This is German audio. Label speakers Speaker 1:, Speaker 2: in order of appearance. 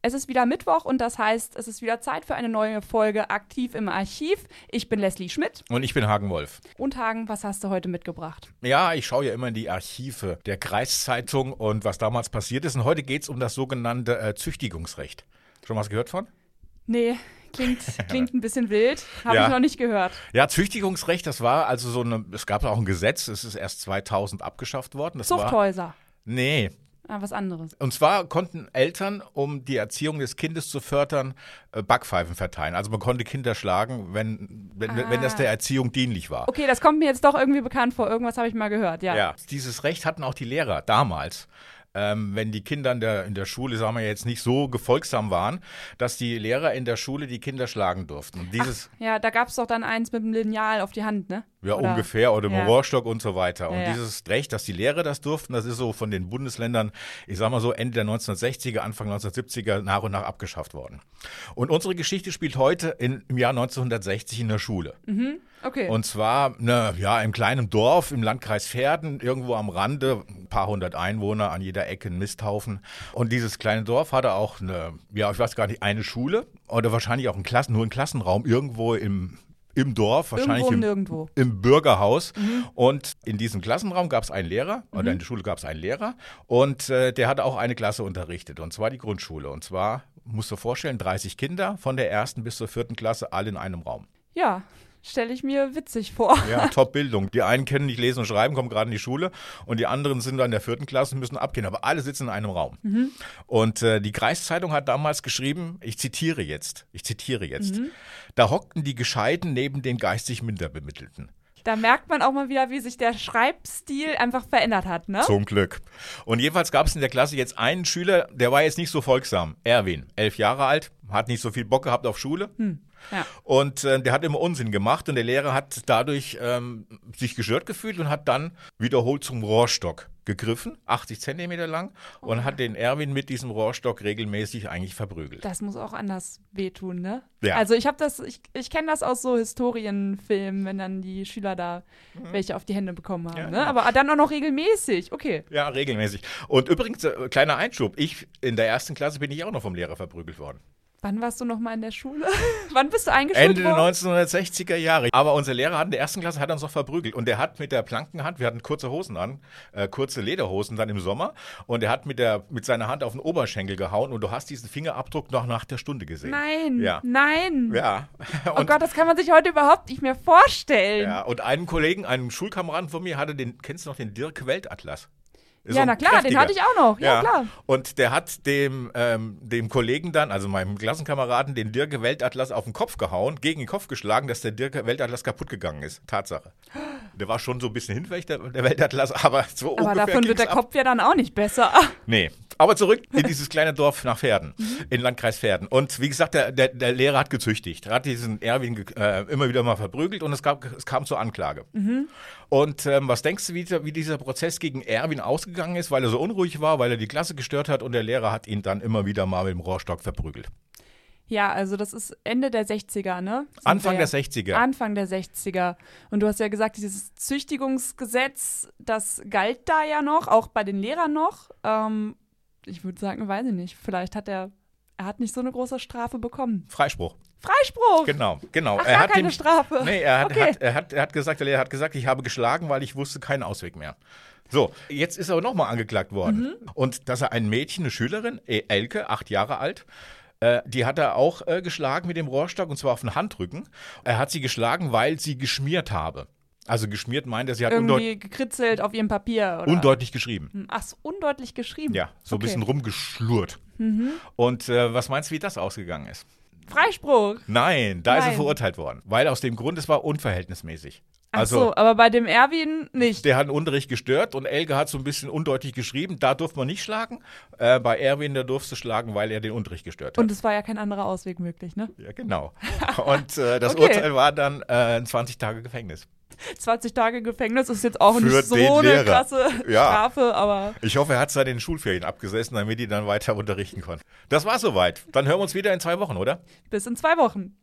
Speaker 1: Es ist wieder Mittwoch und das heißt, es ist wieder Zeit für eine neue Folge Aktiv im Archiv. Ich bin Leslie Schmidt.
Speaker 2: Und ich bin Hagen Wolf.
Speaker 1: Und Hagen, was hast du heute mitgebracht?
Speaker 2: Ja, ich schaue ja immer in die Archive der Kreiszeitung und was damals passiert ist. Und heute geht es um das sogenannte äh, Züchtigungsrecht. Schon was gehört von?
Speaker 1: Nee, klingt, klingt ein bisschen wild. Habe
Speaker 2: Ja.
Speaker 1: ich noch nicht gehört.
Speaker 2: Ja, Züchtigungsrecht, das war also so eine, es gab auch ein Gesetz, es ist erst 2000 abgeschafft worden. Das war,
Speaker 1: Zuchthäuser.
Speaker 2: nee,
Speaker 1: Ah, was anderes.
Speaker 2: Und zwar konnten Eltern, um die Erziehung des Kindes zu fördern, äh, Backpfeifen verteilen. Also man konnte Kinder schlagen, wenn, wenn, wenn das der Erziehung dienlich war.
Speaker 1: Okay, das kommt mir jetzt doch irgendwie bekannt vor. Irgendwas habe ich mal gehört, ja.
Speaker 2: Ja. Dieses Recht hatten auch die Lehrer damals. Ähm, wenn die Kinder in der, in der Schule, sagen wir jetzt, nicht so gefolgsam waren, dass die Lehrer in der Schule die Kinder schlagen durften. Und dieses,
Speaker 1: Ja, da gab es doch dann eins mit dem Lineal auf die Hand, ne?
Speaker 2: Ja,
Speaker 1: Oder-
Speaker 2: ungefähr oder im
Speaker 1: Ja.
Speaker 2: Rohrstock und so weiter. Und
Speaker 1: Ja, ja.
Speaker 2: dieses Recht, dass die Lehrer das durften, das ist so von den Bundesländern, ich sag mal so Ende der 1960er, Anfang 1970er nach und nach abgeschafft worden. Und unsere Geschichte spielt heute in, im Jahr 1960 in der Schule.
Speaker 1: Okay.
Speaker 2: Und zwar, ne, ja, im kleinen Dorf im Landkreis Verden, irgendwo am Rande, ein paar hundert Einwohner, an jeder Ecke ein Misthaufen. Und dieses kleine Dorf hatte auch eine, ja, ich weiß gar nicht, eine Schule oder wahrscheinlich auch einen Klassen, nur einen Klassenraum irgendwo im im Dorf, wahrscheinlich
Speaker 1: Irgendwo
Speaker 2: im,
Speaker 1: nirgendwo.
Speaker 2: im Bürgerhaus. Und in diesem Klassenraum gab es einen Lehrer, oder in der Schule gab es einen Lehrer, und äh, der hatte auch eine Klasse unterrichtet, und zwar die Grundschule. Und zwar, musst du dir vorstellen, 30 Kinder von der ersten bis zur vierten Klasse, alle in einem Raum.
Speaker 1: ja, stelle ich mir witzig vor.
Speaker 2: Ja, Top-Bildung. Die einen können nicht lesen und schreiben, kommen gerade in die Schule und die anderen sind dann in der vierten Klasse und müssen abgehen. Aber alle sitzen in einem Raum. Und äh, die Kreiszeitung hat damals geschrieben, ich zitiere jetzt, ich zitiere jetzt, da hockten die Gescheiten neben den geistig Minderbemittelten.
Speaker 1: Da merkt man auch mal wieder, wie sich der Schreibstil einfach verändert hat, ne?
Speaker 2: Zum Glück. Und jedenfalls gab es in der Klasse jetzt einen Schüler, der war jetzt nicht so folgsam. Erwin, elf Jahre alt, hat nicht so viel Bock gehabt auf Schule.
Speaker 1: Ja.
Speaker 2: Und äh, der hat immer Unsinn gemacht und der Lehrer hat dadurch ähm, sich gestört gefühlt und hat dann wiederholt zum Rohrstock gegriffen, 80 Zentimeter lang, und hat den Erwin mit diesem Rohrstock regelmäßig eigentlich verprügelt.
Speaker 1: Das muss auch anders wehtun, ne?
Speaker 2: Ja.
Speaker 1: Also ich habe das, ich, ich kenne das aus so Historienfilmen, wenn dann die Schüler da welche auf die Hände bekommen haben,
Speaker 2: Ja,
Speaker 1: ne?
Speaker 2: ja.
Speaker 1: Aber dann auch noch regelmäßig, okay.
Speaker 2: Ja, regelmäßig. Und übrigens, äh, kleiner Einschub, ich in der ersten Klasse bin ich auch noch vom Lehrer verprügelt worden.
Speaker 1: Wann warst du noch mal in der Schule? Wann bist du eingeschult
Speaker 2: Ende der
Speaker 1: worden?
Speaker 2: 1960er Jahre. Aber unser Lehrer hat in der ersten Klasse hat uns noch verprügelt. Und der hat mit der blanken Hand, wir hatten kurze Hosen an, äh, kurze Lederhosen dann im Sommer. Und er hat mit, der, mit seiner Hand auf den Oberschenkel gehauen. Und du hast diesen Fingerabdruck noch nach der Stunde gesehen.
Speaker 1: Nein,
Speaker 2: Ja.
Speaker 1: nein.
Speaker 2: Ja.
Speaker 1: oh Gott, das kann man sich heute überhaupt nicht mehr vorstellen.
Speaker 2: ja. Und einen Kollegen, einen Schulkameraden von mir, hatte den, kennst du noch den Dirk Weltatlas?
Speaker 1: Ja, na klar, den hatte ich auch noch. Genau, Ja, klar.
Speaker 2: Und der hat dem, ähm, dem Kollegen dann, also meinem Klassenkameraden, den Dirk Weltatlas auf den Kopf gehauen, gegen den Kopf geschlagen, dass der Dirk Weltatlas kaputt gegangen ist. Tatsache. Der war schon so ein bisschen hinweg, der, der Weltatlas, aber so
Speaker 1: Aber
Speaker 2: ungefähr
Speaker 1: davon wird
Speaker 2: ging's
Speaker 1: der
Speaker 2: ab.
Speaker 1: Kopf ja dann auch nicht besser.
Speaker 2: Nee. Aber zurück in dieses kleine Dorf nach Verden,
Speaker 1: Mhm.
Speaker 2: in Landkreis Verden. Und wie gesagt, der, der, der Lehrer hat gezüchtigt. Er hat diesen Erwin ge- äh, immer wieder mal verprügelt und es, gab, es kam zur Anklage.
Speaker 1: Mhm.
Speaker 2: Und ähm, was denkst du, wie, dieser- wie dieser Prozess gegen Erwin ausgegangen ist, weil er so unruhig war, weil er die Klasse gestört hat und der Lehrer hat ihn dann immer wieder mal mit dem Rohrstock verprügelt.
Speaker 1: Ja, also das ist Ende der 60er, ne? Sind
Speaker 2: Anfang
Speaker 1: wir
Speaker 2: der
Speaker 1: ja.
Speaker 2: 60er.
Speaker 1: Anfang der 60er. Und du hast ja gesagt, dieses Züchtigungsgesetz, das galt da ja noch, auch bei den Lehrern noch. Ähm, ich würde sagen, weiß ich nicht. Vielleicht hat er, er hat nicht so eine große Strafe bekommen.
Speaker 2: Freispruch.
Speaker 1: Freispruch!
Speaker 2: Genau, genau.
Speaker 1: Ach, gar keine Strafe.
Speaker 2: Nee, er hat,
Speaker 1: Okay.
Speaker 2: hat, er, hat, er hat gesagt, der Lehrer hat gesagt, ich habe geschlagen, weil ich wusste keinen Ausweg mehr. So, jetzt ist er nochmal angeklagt worden.
Speaker 1: Mhm.
Speaker 2: Und dass er ein Mädchen, eine Schülerin, E- Elke, acht Jahre alt, äh, die hat er auch äh, geschlagen mit dem Rohrstock und zwar auf den Handrücken. Er hat sie geschlagen, weil sie geschmiert habe. Also geschmiert meint er, sie hat undeut
Speaker 1: Irgendwie gekritzelt auf ihrem Papier. Oder? hm,
Speaker 2: undeutlich geschrieben.
Speaker 1: Ach, so, undeutlich geschrieben.
Speaker 2: Ja, so ein
Speaker 1: okay. Mhm.
Speaker 2: bisschen rumgeschlurrt. Und äh, was meinst du, wie das ausgegangen ist?
Speaker 1: Freispruch!
Speaker 2: Nein, da ist er
Speaker 1: Nein.
Speaker 2: verurteilt worden, weil aus dem Grund, es war unverhältnismäßig.
Speaker 1: Ach
Speaker 2: also,
Speaker 1: so, aber bei dem Erwin nicht.
Speaker 2: Der hat den Unterricht gestört und Elke hat so ein bisschen undeutlich geschrieben, da durfte man nicht schlagen. Äh, bei Erwin, da durfte du schlagen, weil er den Unterricht gestört hat.
Speaker 1: Und es war ja kein anderer Ausweg möglich, ne?
Speaker 2: ja, genau. Und äh, das
Speaker 1: Okay.
Speaker 2: Urteil war dann äh, 20 Tage Gefängnis.
Speaker 1: 20 Tage Gefängnis ist jetzt auch
Speaker 2: Für
Speaker 1: nicht so
Speaker 2: den
Speaker 1: eine
Speaker 2: Lehrer.
Speaker 1: krasse
Speaker 2: Ja.
Speaker 1: Strafe, aber
Speaker 2: Ich hoffe, er hat es dann in den Schulferien abgesessen, damit die dann weiter unterrichten konnten. Das war soweit. Dann hören wir uns wieder in zwei Wochen, oder?
Speaker 1: bis in zwei Wochen.